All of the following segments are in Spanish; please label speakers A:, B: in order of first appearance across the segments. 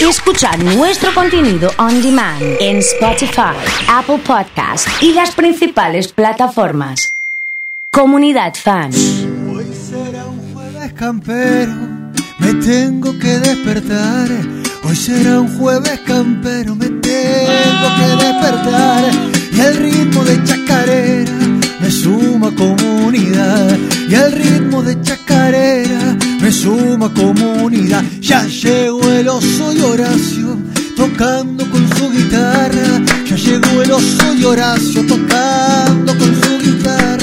A: y escuchar nuestro contenido on demand en Spotify, Apple Podcast y las principales plataformas. Comunidad Fan.
B: Hoy será un jueves campero, me tengo que despertar. Hoy será un jueves campero, me tengo que despertar. Y el ritmo de chacarera me suma comunidad. Y el ritmo de chacarera me suma comunidad. Ya llegó el oso y Horacio tocando con su guitarra. Ya llegó el oso y Horacio tocando con su guitarra.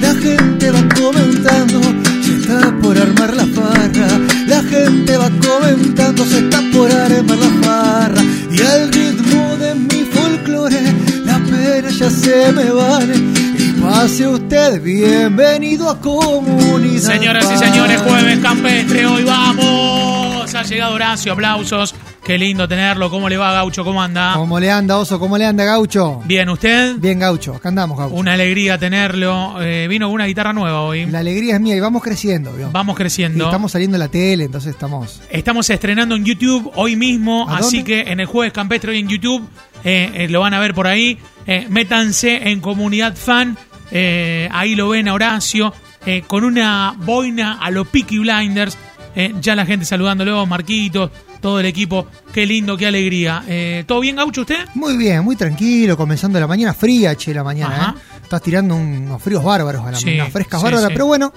B: La gente va comentando, se está por armar la farra. La gente va comentando, se está por armar la farra. Y al ritmo de mi folclore, la pena ya se me vale. Y pase usted, bienvenido a comunidad.
C: Señoras y señores, jueves campestre, hoy vamos. Ha llegado Horacio, aplausos. Qué lindo tenerlo. ¿Cómo le va, Gaucho? ¿Cómo anda?
D: ¿Cómo le anda, oso? ¿Cómo le anda, gaucho?
C: Bien, ¿usted?
D: Bien, gaucho. Acá andamos, gaucho.
C: Una alegría tenerlo. Eh, vino con una guitarra nueva hoy.
D: La alegría es mía y vamos creciendo, ¿vio?
C: Vamos
D: Y
C: creciendo.
D: estamos saliendo en la tele, entonces estamos.
C: Estamos estrenando en YouTube hoy mismo,
D: ¿A
C: así
D: dónde?
C: que en el jueves campestre hoy en YouTube eh, eh, lo van a ver por ahí. Eh, métanse en comunidad fan, eh, ahí lo ven a Horacio eh, con una boina a los Peaky Blinders. eh, ya la gente saludándolo, Marquitos, todo el equipo. Qué lindo, qué alegría. Eh, ¿Todo bien, Gaucho, usted?
D: Muy bien, muy tranquilo, comenzando la mañana fría, che, la mañana,
C: Ajá.
D: ¿eh? Estás tirando un- unos fríos bárbaros a la
C: Sí,
D: unas frescas
C: sí,
D: bárbaras,
C: sí.
D: pero bueno,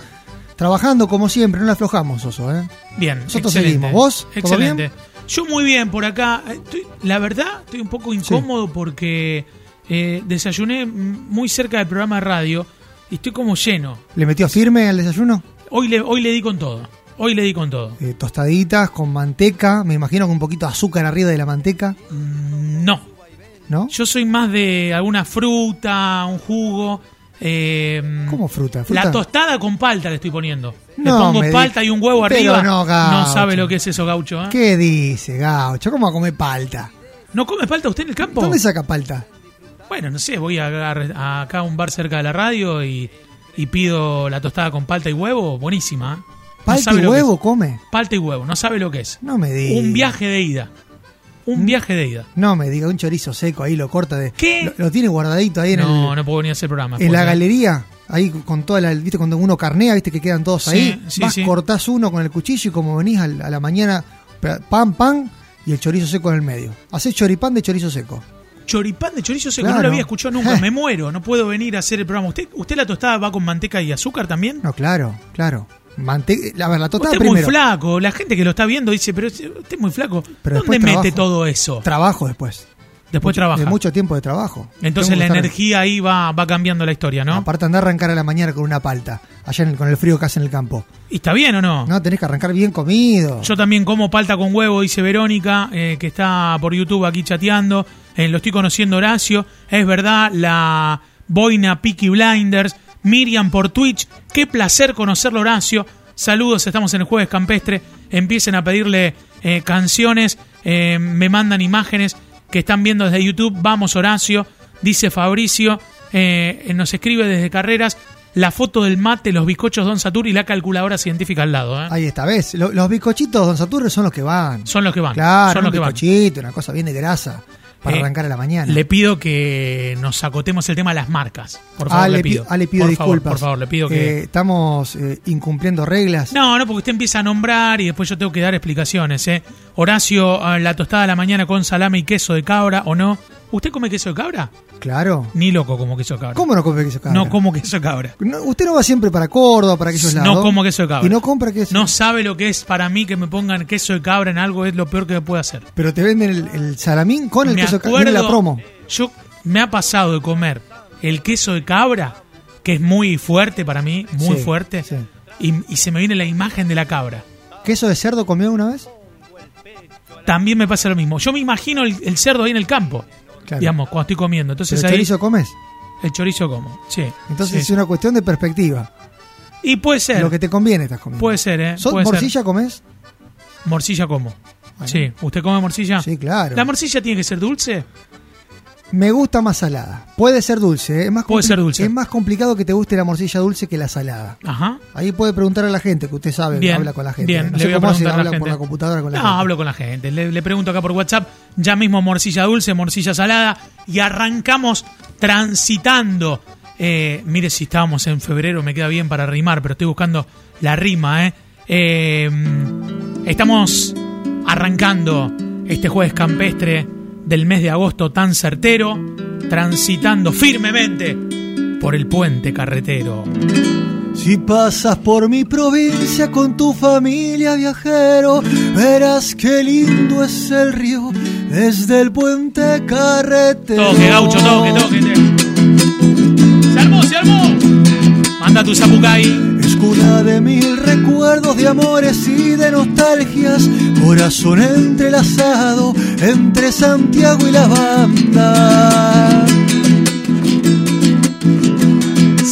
D: trabajando como siempre, no la aflojamos, oso, ¿eh?
C: Bien,
D: Nosotros
C: excelente.
D: seguimos. ¿Vos? ¿Todo
C: Excelente.
D: bien?
C: Yo muy bien por acá. Eh, estoy- la verdad, estoy un poco incómodo porque eh, desayuné m- muy cerca del programa de radio y estoy como lleno.
D: ¿Le metió firme al desayuno?
C: Hoy le, hoy le di con todo. Hoy le di con todo.
D: Eh, tostaditas con manteca, me imagino con un poquito de azúcar arriba de la manteca,
C: Mm, No.
D: ¿no?
C: Yo soy más de alguna fruta, un jugo. eh,
D: ¿Cómo fruta? ¿Fruta?
C: La tostada con palta le estoy poniendo.
D: No
C: le pongo
D: me
C: palta
D: di-
C: y un huevo
D: Pero
C: arriba.
D: no, gaucho.
C: sabe lo que es eso, gaucho. ¿eh?
D: ¿Qué dice, gaucho? ¿Cómo va a comer palta?
C: ¿No come palta usted en el campo?
D: ¿Dónde saca palta?
C: Bueno, no sé, voy a, agar- a acá a un bar cerca de la radio y, y pido la tostada con palta y huevo, buenísima. ¿eh? No
D: ¿Palta
C: sabe
D: y
C: lo que
D: huevo Eh.
C: es.
D: come?
C: Palta y huevo, no sabe lo que es.
D: No me diga.
C: Un viaje de ida.
D: Mm.
C: Un viaje de ida.
D: No me diga, un chorizo seco ahí lo corta de.
C: ¿Qué?
D: Lo, lo tiene guardadito ahí en,
C: No,
D: el-
C: no puedo venir a hacer programa.
D: en la
C: porque-
D: galería. Ahí con toda la. ¿Viste? Cuando uno carnea, ¿viste? Que quedan todos
C: Sí,
D: ahí.
C: sí,
D: Vas,
C: sí.
D: cortás uno con el cuchillo y como venís al- a, la mañana, pe- pan, pan y el chorizo seco en el medio. Hacés choripán de chorizo seco.
C: Choripán de chorizo seco, no
D: Claro.
C: lo había escuchado nunca.
D: Eh.
C: Me muero, no puedo venir a hacer el programa. ¿Usted, usted la tostada va con manteca y azúcar también?
D: No, claro, claro. Mante a ver, la tostada
C: usted es muy
D: primero.
C: flaco. La gente que lo está viendo dice, pero usted es muy flaco.
D: Pero
C: ¿Dónde
D: después
C: mete
D: trabajo.
C: todo eso?
D: Trabajo después.
C: Después trabaja.
D: De mucho tiempo de trabajo.
C: Entonces
D: Tengo
C: la
D: que estar-
C: energía ahí va, va cambiando la historia, ¿no?
D: Aparte andar a arrancar a la mañana con una palta. Allá en el- con el frío que hace en el campo.
C: ¿Y está bien o no?
D: No, tenés que arrancar bien comido.
C: Ah. Yo también como palta con huevo, dice Verónica, eh, que está por YouTube aquí chateando. Eh, lo estoy conociendo Horacio. Es verdad, la boina Peaky Blinders. Miriam por Twitch. Qué placer conocerlo, Horacio. Saludos, estamos en el jueves campestre. Empiecen a pedirle eh, canciones, eh, me mandan imágenes que están viendo desde YouTube. Vamos, Horacio, dice Fabricio. eh, nos escribe desde Carreras la foto del mate, los bizcochos Don Satur y la calculadora científica al lado. ¿eh?
D: Ahí está, ¿ves? Lo- los bizcochitos, don Saturno, son los que van.
C: Son los que van.
D: claro,
C: son
D: un
C: los que van.
D: bizcochito, una cosa bien de grasa para
C: Eh,
D: arrancar a la mañana.
C: Le pido que nos acotemos el tema de las marcas. Por favor,
D: Ah,
C: le
D: pi-
C: pido.
D: ah, le pido
C: por
D: disculpas.
C: Favor, por favor, le pido
D: Eh,
C: que.
D: estamos eh, incumpliendo reglas.
C: No, no, porque usted empieza a nombrar y después yo tengo que dar explicaciones, ¿eh? Horacio, ah, la tostada de la mañana con salame y queso de cabra o no. ¿Usted come queso de cabra?
D: Claro.
C: Ni loco como queso de cabra.
D: ¿Cómo no come queso de cabra?
C: No como queso de cabra.
D: No, usted no va siempre para Córdoba, para aquellos lados.
C: No como queso de cabra.
D: Y no compra queso.
C: No sabe lo que es para mí que me pongan queso de cabra en algo, es lo peor que me puede hacer.
D: Pero te venden el, el salamín con el
C: me
D: queso de cabra.
C: acuerdo,
D: Mira la promo.
C: Yo me ha pasado de comer el queso de cabra, que es muy fuerte para mí, muy
D: Sí,
C: fuerte,
D: sí.
C: y, y se me viene la imagen de la cabra.
D: ¿Queso de cerdo comió una vez?
C: También me pasa lo mismo. Yo me imagino el, el cerdo ahí en el campo,
D: Claro.
C: digamos, cuando estoy comiendo. Entonces
D: ¿Pero
C: ahí
D: chorizo comes?
C: el chorizo como. Sí.
D: Entonces es
C: sí.
D: una cuestión de perspectiva.
C: Y puede ser,
D: Lo que te conviene estás comiendo.
C: puede ser, ¿eh?
D: ¿Sos-
C: Puede ser.
D: ¿Morcilla comes?
C: Morcilla como. Sí. ¿Usted come morcilla?
D: Sí, claro.
C: ¿La morcilla tiene que ser dulce?
D: Me gusta más salada. Puede ser dulce, ¿eh? es más
C: Puede
D: compli-
C: ser dulce.
D: Es más complicado que te guste la morcilla dulce que la salada.
C: Ajá.
D: Ahí puede preguntar a la gente, que usted sabe,
C: Bien,
D: habla con la gente.
C: Bien,
D: No
C: le
D: sé
C: voy a
D: cómo hace,
C: preguntar a
D: habla
C: la gente.
D: por la computadora con la
C: no,
D: gente.
C: hablo con la gente. Le, le pregunto acá por WhatsApp, ya mismo morcilla dulce, morcilla salada, y arrancamos transitando. Eh, mire, si estábamos en febrero, me queda bien para rimar, pero estoy buscando la rima, ¿eh? Eh, estamos arrancando este jueves campestre del mes de agosto tan certero, transitando firmemente por el puente carretero.
B: Si pasas por mi provincia con tu familia viajero, verás qué lindo es el río desde el puente carretero.
C: Toque, gaucho, toque, toque. te- Se armó, se armó. Manda tu zapucay.
B: Es cuna de mil recuerdos de amores y de nostalgias, corazón entrelazado entre Santiago y la banda.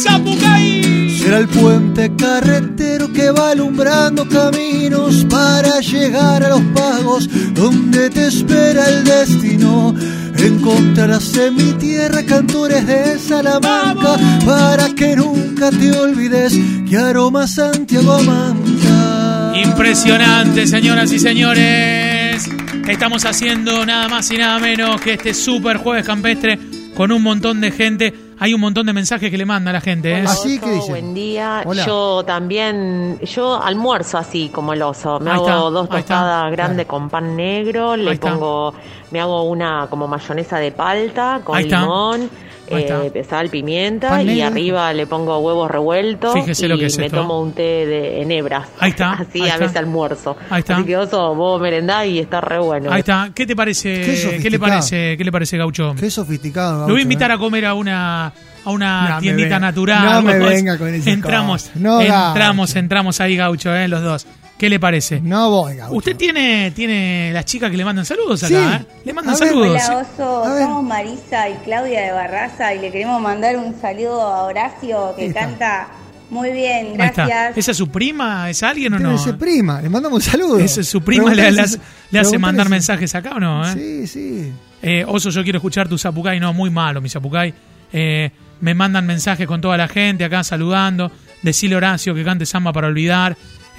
C: ¡Zapucay!
B: Será el puente carretero que va alumbrando caminos para llegar a los pagos donde te espera el destino. Encontrarás en mi tierra cantores de Salamanca para que nunca te olvides que aroma Santiago manda.
C: Impresionante, señoras y señores. Estamos haciendo nada más y nada menos que este super jueves campestre con un montón de gente. Hay un montón de mensajes que le manda la gente. ¿eh?
E: Hola,
D: Así
E: oso,
D: que dicen.
E: Buen día.
D: Hola.
E: Yo también, yo almuerzo así como el oso. Me
C: Ahí
E: hago
C: está,
E: dos
C: ahí está.
E: tostadas grandes con pan negro, le
C: Ahí está.
E: pongo, me hago una como mayonesa de palta con
C: Ahí está.
E: limón,
C: Ahí
E: eh,
C: está.
E: sal, pimienta
D: Pan
E: y
D: negro.
E: arriba le pongo huevos revueltos
C: Fíjese
E: y
C: lo que es
E: me
C: esto.
E: tomo un té de enebras.
C: Ahí está,
E: Así
C: ahí
E: a
C: está.
E: veces almuerzo.
C: Ahí está.
E: Así que oso, vos merendás y está re bueno.
C: Ahí está. ¿Qué te parece?
D: Qué sofisticado.
C: ¿Qué le parece? ¿Qué le parece, gaucho?
D: Qué sofisticado.
C: Lo voy a invitar a comer a una a una
D: ¿eh? No me
C: tiendita
D: venga-
C: natural.
D: no me
C: algo así.
D: venga con esas
C: Entramos,
D: cosas. No,
C: entramos,
D: Gaucho.
C: entramos ahí, gaucho, eh, los dos. ¿Qué le parece?
D: No voy, Gaucho.
C: Usted tiene, tiene las chicas que le mandan saludos
D: Sí.
C: acá, ¿eh? Le mandan
D: A ver.
C: saludos.
F: Hola Oso,
D: A ver.
F: somos Marisa y Claudia de Barraza y le queremos mandar un saludo a Horacio
D: Ahí
F: que
D: está.
F: canta muy bien,
C: Ahí está.
F: gracias.
C: ¿Esa es su prima? ¿Es alguien o
D: Debe
C: no?
D: ser prima, le mandamos un saludo.
C: ¿Esa es su prima? ¿Le,
D: Preguntale
C: le
D: si-
C: hace- le hace
D: preguntale
C: mandar
D: si-
C: mensajes acá o no? eh?
D: Sí, sí.
C: Eh, Oso, yo quiero escuchar tu Zapucay. No, muy malo mi Zapucay. Eh, me mandan mensajes con toda la gente acá saludando. Decile a Horacio que cante Samba para olvidar.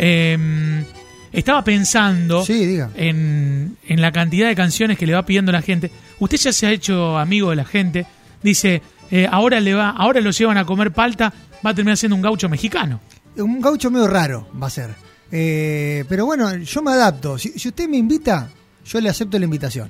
C: Eh, estaba pensando
D: Sí, diga.
C: en, en la cantidad de canciones que le va pidiendo la gente. Usted ya se ha hecho amigo de la gente. Dice, eh, ahora, le va, ahora lo llevan a comer palta, va a terminar siendo un gaucho mexicano.
D: Un gaucho medio raro va a ser. Eh, pero bueno, yo me adapto. Si, si usted me invita, yo le acepto la invitación.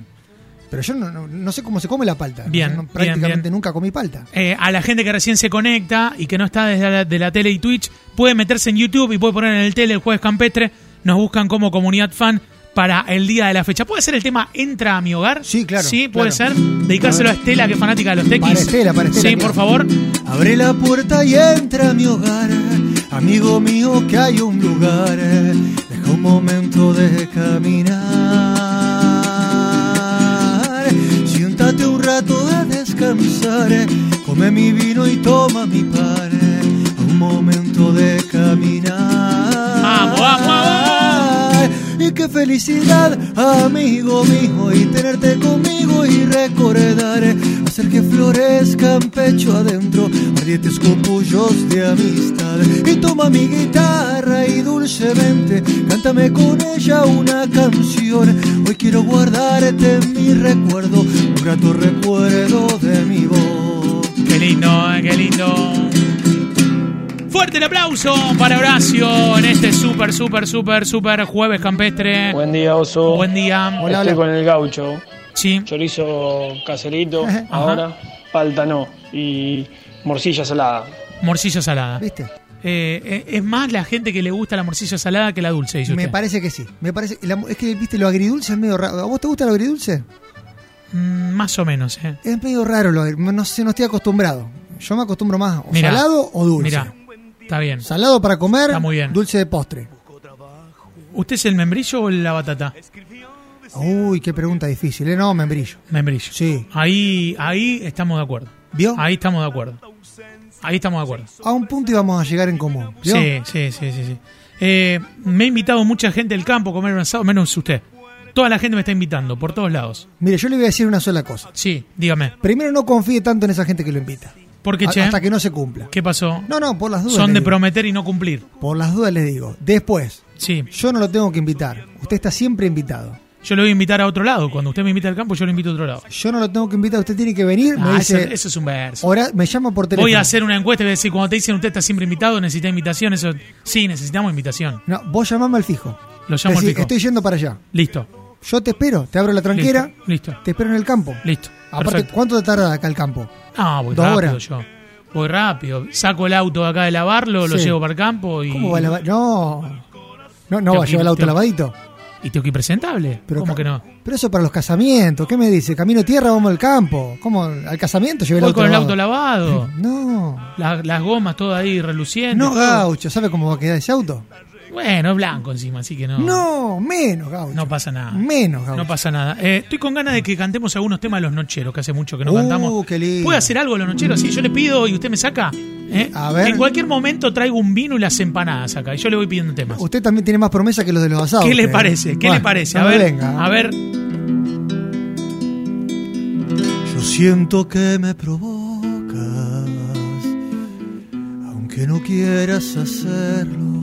D: Pero yo no, no- no sé cómo se come la palta.
C: Bien,
D: Yo no-
C: bien,
D: prácticamente
C: bien.
D: nunca comí palta.
C: Eh, a la gente que recién se conecta y que no está desde la, de la tele y Twitch, puede meterse en YouTube y puede poner en el tele el jueves campestre. Nos buscan como comunidad fan para el día de la fecha. ¿Puede ser el tema Entra a mi hogar?
D: Sí, claro,
C: Sí, puede
D: claro.
C: ser. Dedicárselo a Estela, que es fanática de los tequis.
D: Para Estela, para Estela,
C: Sí,
D: claro.
C: por favor.
B: Abre la puerta y entra a mi hogar, amigo mío que hay un lugar, deja un momento de caminar. Siéntate un rato a descansar, come mi vino y toma mi pan, un momento de caminar.
C: Vamos, vamos, vamos.
B: Y qué felicidad, amigo mío, y tenerte conmigo y recordar, hacer que florezcan pecho adentro, ardientes copullos de amistad. Y toma mi guitarra y dulcemente, cántame con ella una canción. Hoy quiero guardarte en mi recuerdo, un grato recuerdo de mi voz.
C: Qué lindo, eh, qué lindo. Fuerte el aplauso para Horacio en este súper, súper, súper, súper jueves campestre.
G: Buen día, Oso.
C: Buen día.
D: Hola,
G: Estoy
D: hola.
G: con el gaucho.
C: Sí.
G: Chorizo caserito,
D: Ajá.
G: ahora. Palta no. Y morcilla salada.
C: Morcilla salada.
D: ¿Viste?
C: Eh, eh, es más la gente que le gusta la morcilla salada que la dulce, dice
D: Me
C: usted.
D: parece que sí. Me parece, la- es que, viste, lo agridulce es medio raro. ¿A vos te gusta lo agridulce?
C: Mm, más o menos, ¿eh?
D: Es medio raro lo agri- No sé, no estoy acostumbrado. Yo me acostumbro más o
C: Mirá,
D: salado o dulce.
C: Mirá, está bien.
D: Salado para comer,
C: Está muy bien.
D: dulce de postre.
C: ¿Usted es el membrillo o la batata?
D: Uy, qué pregunta difícil. ¿eh? No, membrillo.
C: Membrillo.
D: Sí.
C: Ahí, ahí estamos de acuerdo.
D: ¿Vio?
C: Ahí estamos de acuerdo. Ahí estamos de acuerdo.
D: A un punto íbamos a llegar en común. ¿vio?
C: Sí, sí, sí, sí. sí. Eh, me ha invitado mucha gente del campo a comer un asado, menos usted. Toda la gente me está invitando, por todos lados.
D: Mire, yo le voy a decir una sola cosa.
C: Sí, dígame.
D: Primero, no confíe tanto en esa gente que lo invita.
C: ¿Por qué,
D: A-
C: che?
D: Hasta que no se cumpla.
C: ¿Qué pasó?
D: No, no, por las dudas.
C: Son
D: le
C: de
D: digo.
C: prometer y no cumplir.
D: Por las dudas les digo. Después,
C: Sí.
D: yo no lo tengo que invitar. Usted está siempre invitado.
C: Yo lo voy a invitar a otro lado. Cuando usted me invita al campo, yo lo invito a otro lado.
D: Yo no lo tengo que invitar. Usted tiene que venir.
C: Ah,
D: me dice.
C: eso, eso es un verso.
D: Hora- me llama por teléfono.
C: Voy a hacer una encuesta y voy a decir, cuando te dicen usted está siempre invitado, necesita invitación. Eso, sí, necesitamos invitación.
D: No, vos llamame al fijo.
C: Lo llamo al
D: Decí,
C: fijo.
D: Estoy yendo para allá.
C: Listo.
D: Yo te espero. Te abro la tranquera.
C: Listo, listo.
D: Te espero en el campo.
C: Listo,
D: Aparte,
C: perfecto.
D: ¿cuánto te tarda acá el campo?
C: Ah, voy
D: Dos
C: rápido
D: horas.
C: yo. Voy rápido. Saco el auto de acá de lavarlo, lo
D: Sí.
C: llevo para el campo y.
D: ¿Cómo va a lavar? No. No, no
C: Te
D: va a llevar el
C: ocup-
D: auto
C: te-
D: lavadito.
C: Y tengo que ir presentable.
D: Pero
C: ¿Cómo
D: ca-
C: que no?
D: Pero eso para los casamientos. ¿Qué me dice? ¿Camino tierra vamos al campo? ¿Cómo? ¿Al casamiento llevé el
C: Voy
D: auto
C: con el
D: lavado?
C: auto lavado.
D: No.
C: la- las gomas todas ahí reluciendo.
D: No, Gaucho. ¿Sabe cómo va a quedar ese auto?
C: Bueno, es blanco encima, así que no.
D: No, menos, Gaucho.
C: No pasa nada.
D: Menos, Gaucho.
C: No pasa nada. Eh, estoy con ganas de que cantemos algunos temas de los nocheros, que hace mucho que no
D: Uh,
C: cantamos.
D: qué lindo.
C: ¿Puede hacer algo los nocheros? Sí, yo le pido y usted me saca. ¿eh?
D: A ver.
C: En cualquier momento traigo un vino y las empanadas acá. Y yo le voy pidiendo temas.
D: Usted también tiene más promesa que los de los asados.
C: ¿Qué le
D: usted.
C: parece? ¿Qué
D: Bueno,
C: le parece?
D: no
C: A
D: me
C: ver,
D: venga.
C: a ver.
B: Yo siento que me provocas, aunque no quieras hacerlo.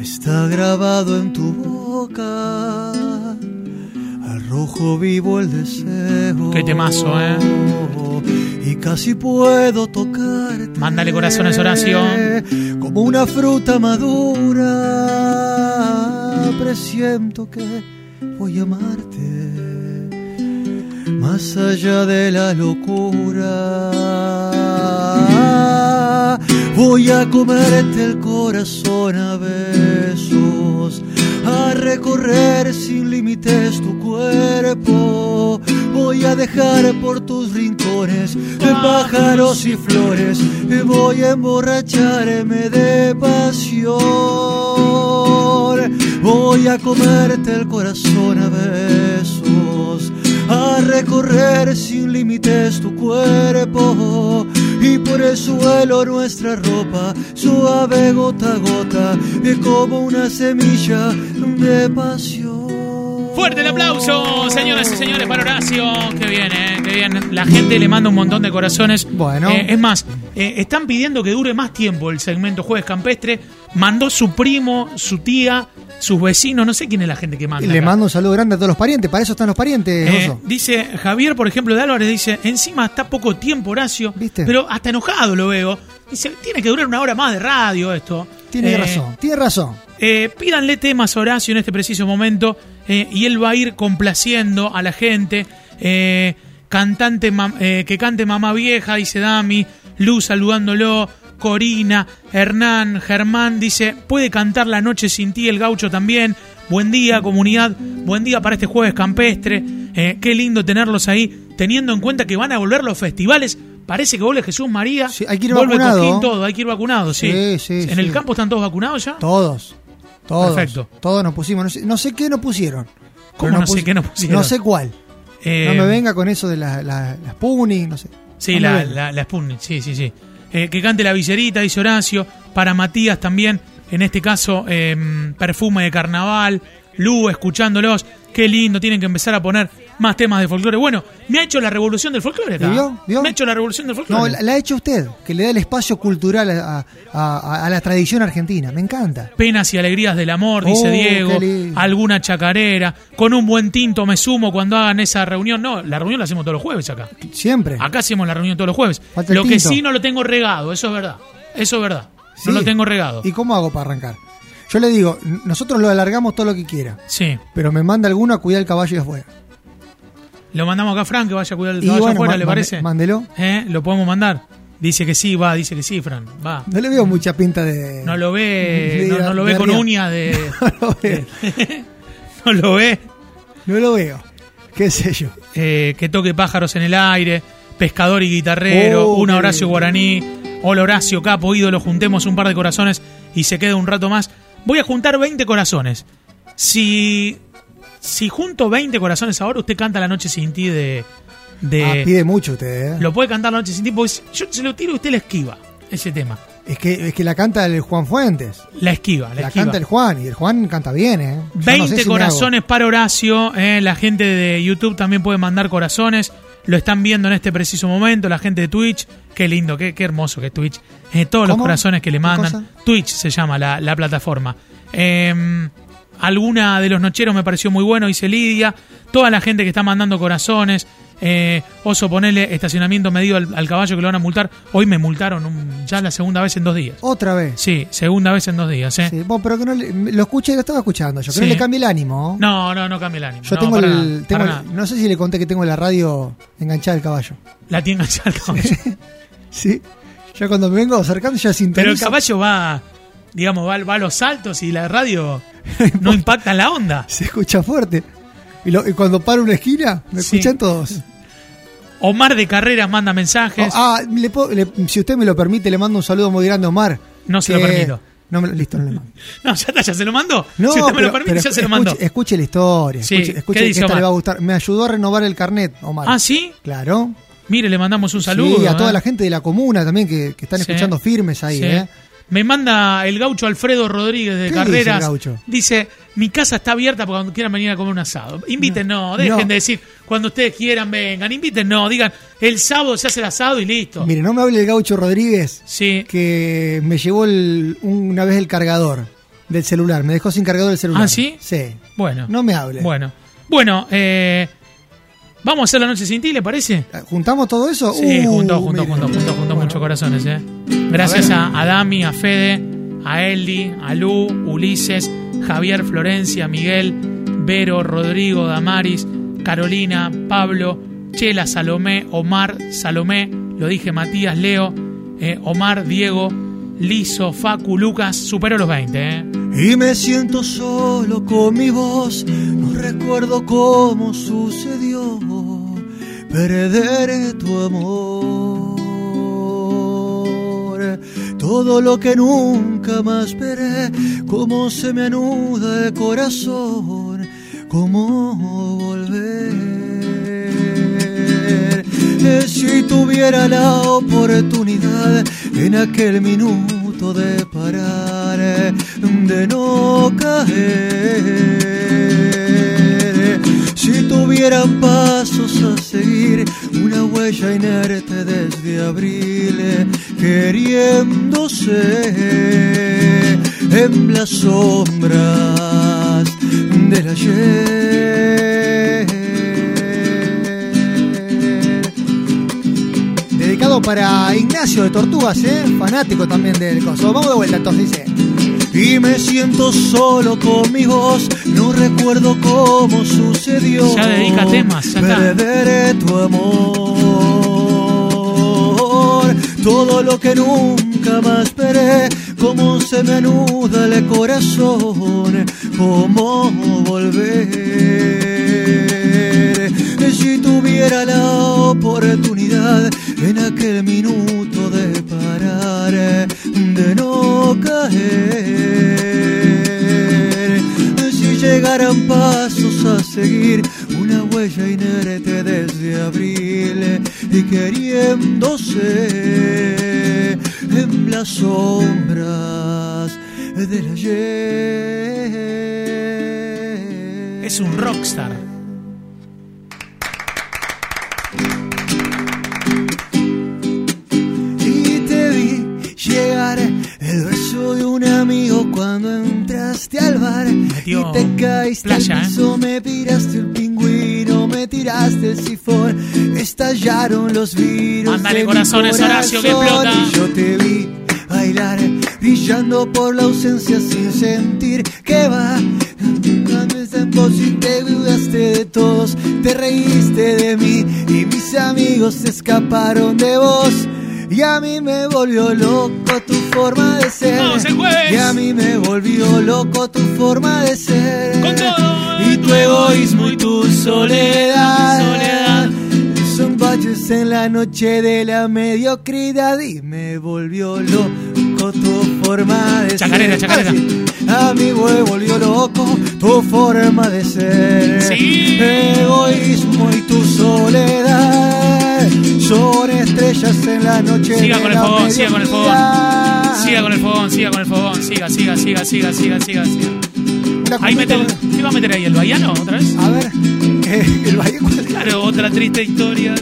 B: Está grabado en tu boca, al rojo vivo el deseo.
C: Qué temazo, ¿eh?
B: Y casi puedo tocarte.
C: Mándale corazones, Horacio.
B: Como una fruta madura, presiento que voy a amarte más allá de la locura. Voy a comerte el corazón a besos, a recorrer sin límites tu cuerpo. Voy a dejar por tus rincones de pájaros y flores. Y voy a emborracharme de pasión. Voy a comerte el corazón a besos, a recorrer sin límites tu cuerpo. Y por el suelo nuestra ropa, suave gota a gota, y como una semilla de pasión.
C: Fuerte el aplauso, señoras y señores, para Horacio. Qué bien, ¿eh? Qué bien. La gente le manda un montón de corazones.
D: Bueno.
C: Eh, es más, eh, están pidiendo que dure más tiempo el segmento Jueves Campestre. Mandó su primo, su tía, sus vecinos. No sé quién es la gente que manda.
D: Le
C: acá.
D: mando un saludo grande a todos los parientes. Para eso están los parientes,
C: Eh,
D: Oso.
C: dice Javier, por ejemplo, de Álvarez, dice, encima está poco tiempo, Horacio,
D: ¿Viste?
C: pero hasta enojado lo veo. Dice, tiene que durar una hora más de radio esto.
D: Tiene
C: Eh,
D: razón, tiene razón.
C: eh, pídanle temas a Horacio en este preciso momento eh, y él va a ir complaciendo a la gente. Eh, cantante mam- eh, que cante Mamá Vieja, dice Dami. Luz saludándolo. Corina, Hernán, Germán dice, puede cantar La Noche sin ti, el gaucho también. Buen día, comunidad. Buen día para este jueves campestre. Eh, qué lindo tenerlos ahí, teniendo en cuenta que van a volver los festivales. Parece que vuelve Jesús María.
D: Sí, hay que ir
C: vuelve
D: vacunado.
C: Coquín, todo, hay que ir vacunado, sí.
D: Sí, sí,
C: ¿En el
D: sí.
C: campo están todos vacunados ya?
D: Todos. Todos.
C: Perfecto.
D: Todos nos pusimos. No sé, no sé qué nos pusieron.
C: ¿Cómo
D: Pero
C: no sé qué nos pusieron?
D: No sé cuál.
C: Eh,
D: no me venga con eso de la- la- las punis, no sé.
C: Sí,
D: No me
C: la,
D: venga.
C: la, la Sputnik, sí, sí, sí. Eh, que cante la villerita, dice Horacio. Para Matías también, en este caso, eh, perfume de carnaval. Lu, escuchándolos. Qué lindo, tienen que empezar a poner más temas de folclore. Bueno, me ha hecho la revolución del folclore acá.
D: ¿Y vio? ¿Vio?
C: Me ha hecho la revolución del folclore.
D: No, la, la ha hecho usted, que le da el espacio cultural a, a- a- a la tradición argentina. Me encanta.
C: Penas y alegrías del amor, dice
D: Oh,
C: Diego.
D: qué lindo.
C: Alguna chacarera. Con un buen tinto me sumo cuando hagan esa reunión. No, la reunión la hacemos todos los jueves acá.
D: Siempre.
C: Acá hacemos la reunión todos los jueves.
D: Falta el
C: Lo que
D: tinto.
C: sí no lo tengo regado, eso es verdad. Eso es verdad.
D: Sí.
C: No lo tengo regado.
D: ¿Y cómo hago para arrancar? Yo le digo, n- nosotros lo alargamos todo lo que quiera,
C: Sí.
D: pero me manda alguno a cuidar el caballo de afuera.
C: Lo mandamos acá a Fran que vaya a cuidar el
D: Y
C: caballo
D: bueno,
C: afuera,
D: ma-
C: ¿le
D: mande-
C: parece?
D: mándelo.
C: ¿Eh? Lo podemos mandar. Dice que sí, va, dice que sí, Fran. Va.
D: No le veo mucha pinta de.
C: Mm. No lo ve,
D: de-
C: no, no lo
D: de
C: ve con
D: arriba.
C: uñas de.
D: No lo veo.
C: no lo ve.
D: No lo veo. ¿Qué sé yo?
C: Eh, que toque pájaros en el aire, pescador y guitarrero,
D: Oh,
C: una
D: qué
C: Horacio
D: lindo.
C: Guaraní, hola Horacio, capo, ídolo, juntemos un par de corazones y se queda un rato más. Voy a juntar 20 corazones. Si, si junto 20 corazones ahora, usted canta La Noche Sin Ti de... de
D: Ah, pide mucho usted, ¿eh?
C: Lo puede cantar La Noche Sin Ti, porque si- yo se lo tiro y usted le esquiva ese tema.
D: Es que, es que la canta el Juan Fuentes.
C: La esquiva, la,
D: La
C: esquiva.
D: canta el Juan, y el Juan canta bien, ¿eh? Yo no sé
C: 20
D: si me hago.
C: corazones para Horacio. eh, la gente de YouTube también puede mandar corazones. Lo están viendo en este preciso momento. La gente de Twitch. Qué lindo, qué, qué hermoso que es Twitch. Eh, todos los
D: ¿Cómo?
C: corazones que le
D: ¿Qué
C: mandan.
D: cosa?
C: Twitch se llama la, la plataforma. Eh, alguna de los nocheros me pareció muy bueno, dice Lidia. Toda la gente que está mandando corazones. Eh, oso, ponele estacionamiento medido al, al caballo que lo van a multar. Hoy me multaron un- ya la segunda vez en dos días.
D: Otra vez.
C: Sí, segunda vez en dos días. ¿eh?
D: Sí, vos, pero que no le- lo escuché, lo estaba escuchando yo. Que
C: Sí.
D: no le cambie el ánimo.
C: No, no, no cambia el ánimo.
D: Yo
C: No,
D: tengo,
C: para
D: el,
C: nada,
D: tengo
C: para
D: el-
C: nada.
D: No sé si le conté que tengo la radio enganchada al caballo.
C: La tiene enganchada al caballo.
D: Sí. Yo cuando me vengo acercando ya sintoniza.
C: Pero el caballo va, digamos, va, va a los saltos y la radio no impacta en la onda.
D: Se escucha fuerte. Y, lo- y cuando paro una esquina, me
C: Sí.
D: escuchan todos.
C: Omar de Carreras manda mensajes.
D: Ah, le puedo- le- si usted me lo permite, le mando un saludo muy grande a Omar.
C: No se lo
D: que-
C: permito.
D: No me lo- listo, no le mando.
C: No, ya está, ya se lo mandó.
D: No,
C: si usted me
D: pero-
C: lo permite,
D: pero
C: ya se
D: escu-
C: lo mandó.
D: Escuche, escuche la historia.
C: Sí,
D: Escuche, escuche
C: ¿qué
D: que
C: dice
D: esta
C: Omar?
D: le va a gustar. Me ayudó a renovar el carnet, Omar.
C: Ah, sí.
D: Claro.
C: Mire, le mandamos un saludo.
D: Sí, a toda
C: ¿eh?
D: la gente de la comuna también que, que están
C: Sí.
D: escuchando firmes ahí,
C: Sí.
D: ¿eh?
C: Me manda el gaucho Alfredo Rodríguez de
D: ¿Qué
C: Carreras.
D: dice el gaucho?
C: Dice, mi casa está abierta para cuando quieran venir a comer un asado. Invítenos,
D: No.
C: dejen
D: No.
C: de decir, cuando ustedes quieran, vengan. Invítenos, digan, el sábado se hace el asado y listo.
D: Mire, no me hable el gaucho Rodríguez,
C: sí.
D: que me llevó el- una vez el cargador del celular. Me dejó sin cargador el celular.
C: ¿Ah, sí?
D: Sí.
C: Bueno.
D: No me hable.
C: Bueno. Bueno, eh, vamos a hacer la noche sin ti, ¿le parece?
D: ¿Juntamos todo eso?
C: Sí,
D: Uh,
C: juntos,
D: mire.
C: juntos, juntos, juntos, juntos,
D: Bueno,
C: muchos corazones, ¿eh? Gracias a, a Dami, a Fede, a Eldi, a Lu, Ulises, Javier, Florencia, Miguel, Vero, Rodrigo, Damaris, Carolina, Pablo, Chela, Salomé, Omar, Salomé, lo dije, Matías, Leo, eh, Omar, Diego, Liso, Facu, Lucas, supero los 20, ¿eh?
B: Y me siento solo con mi voz, no recuerdo cómo sucedió, perderé tu amor. Todo lo que nunca más veré, cómo se me anuda el corazón, cómo volver. Eh, Si tuviera la oportunidad en aquel minuto de parar, eh, de no caer. Si tuvieran pasos a seguir, una huella inerte desde abril, eh, queriéndose en las sombras del ayer.
D: Dedicado para Ignacio de Tortugas, ¿eh? Fanático también del coso. Vamos de vuelta entonces, dice.
B: Y me siento solo con mi voz, no recuerdo cómo sucedió.
C: Ya dedica temas, ya está.
B: Perderé tu amor, todo lo que nunca más veré, cómo se me anuda el corazón, cómo volver. Si tuviera la oportunidad en aquel minuto de parar, de no caer. Si llegaran pasos a seguir, una huella inerte desde abril eh, y queriéndose en las sombras del ayer.
C: Es un rockstar.
B: Y te vi llegar el beso de un amigo cuando entraste al bar.
C: Metió
B: y te caíste
C: playa,
B: al
C: ¿eh?
B: piso, me tiraste el pingüino, me tiraste el sifón. Estallaron los virus.
C: Ándale,
B: de mi
C: corazones, Horacio, que
B: corazón.
C: explota.
B: Y yo te vi bailar, brillando por la ausencia sin sentir que va. Cuando estás en pos y te dudaste de todos, te reíste de mí y mis amigos se escaparon de vos. Y a mí me volvió loco tu forma de ser.
C: Vamos, el jueves.
B: Y a mí me volvió loco tu forma de ser.
C: Con todo
B: y tu egoísmo y tu soledad.
C: Soledad.
B: Son valles en la noche de la mediocridad y me volvió loco tu forma de
C: Chacarera,
B: ser.
C: chacarera.
B: Ahora sí. A mí me volvió loco tu forma de ser.
C: Sí.
B: Egoísmo y tu soledad son estrellas en la noche
C: Siga
B: de
C: con el
B: la
C: fogón, siga con el fogón.
B: mediocridad.
C: siga con el fogón, siga con el fogón, siga, siga, siga, siga, siga, siga. siga.
B: Una
C: Ahí mete
B: completa-
C: el, ¿Qué va a meter ahí? ¿El baiano otra vez?
B: A ver, eh, el baile
C: Claro, otra triste historia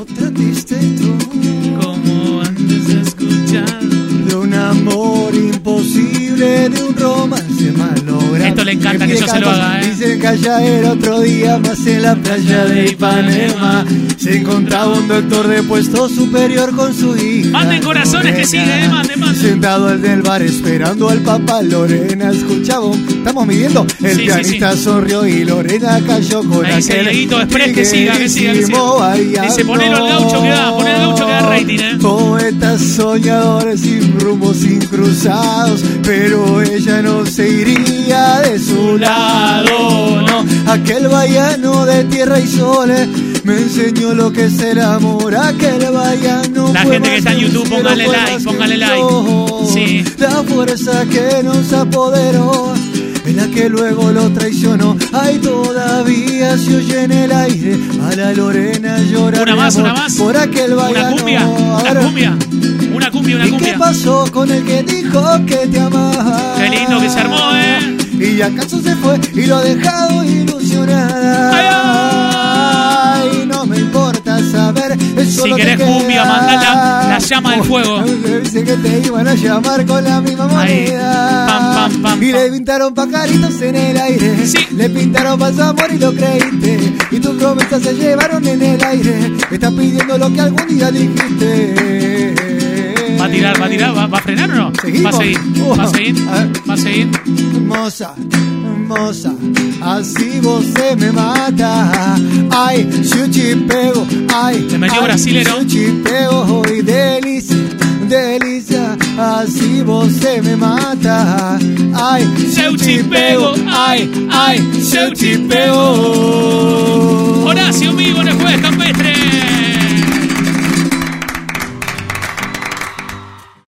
B: Otra triste historia
C: como antes he escuchado.
B: de un amor imposible, de un romance malogrado.
C: Esto le encanta
B: pide
C: que yo se lo
B: calma.
C: haga, ¿eh?
B: Dice que allá era otro día más en la playa de Ipanema. Se encontraba un doctor de puesto superior con su hija.
C: Manden corazones que
B: Lorena.
C: sigue, eh, manden, manden.
B: Sentado en el bar esperando al papá Lorena. Escuchaba, un- estamos midiendo. El
C: Sí, sí,
B: pianista sonrió y Lorena cayó con
C: Ahí dice
B: aquel
C: Dieguito Express que siga, que siga, que siga.
B: triguerísimo bailando.
C: Dice, ponelo al gaucho que da, ponelo al gaucho que da rating, eh.
B: Poetas soñadores sin rumbo, sin cruzados, pero ella no se iría de su lado, no. Aquel vallano de tierra y sol eh, me enseñó lo que es el amor. Aquel vallano.
C: La
B: fue
C: gente que
B: más
C: está en
B: que un
C: YouTube,
B: cielo,
C: póngale
B: fue
C: like,
B: más que
C: póngale
B: un
C: like.
B: sol.
C: Sí.
B: La fuerza que nos apoderó, en la que luego lo traicionó. Ay, todavía se oye en el aire a la Lorena llorar.
C: Una
B: de
C: más,
B: amor
C: una más.
B: Por aquel
C: Una
B: vallano.
C: cumbia, una
B: Ahora,
C: cumbia, una cumbia, una
B: ¿Y qué
C: cumbia.
B: pasó con el que dijo que te amaba?
C: Qué lindo que se armó, ¿eh?
B: Y acaso se fue y lo ha dejado ilusionada.
C: Ay,
B: Ay, no me importa saber. eso
C: Si
B: lo que
C: querés
B: queda.
C: cumbia, mandala, la llama del fuego.
B: Dice que te iban a llamar con la misma
C: Ahí.
B: moneda.
C: Pam, pam, pam,
B: y le
C: pam.
B: pintaron pajaritos en el aire.
C: Sí.
B: Le pintaron falso amor y lo creíste. Y tus promesas se llevaron en el aire. Estás pidiendo lo que algún día dijiste.
C: Va a tirar, va a tirar, va, va a frenar o no? Va
B: Seguimos.
C: a seguir, va a seguir,
B: Uh, a ver.
C: va a seguir.
B: Hermosa, hermosa, así vos se me mata. Ay, yo chipeo, ay.
C: Le metió
B: ay,
C: brasilero.
B: Yo chipeo y delicia, delicia, así vos se me mata. Ay,
C: Yo chipeo,
B: Oh.
C: ay, ay, yo chipeo. Horacio, amigo, no jueves campeón.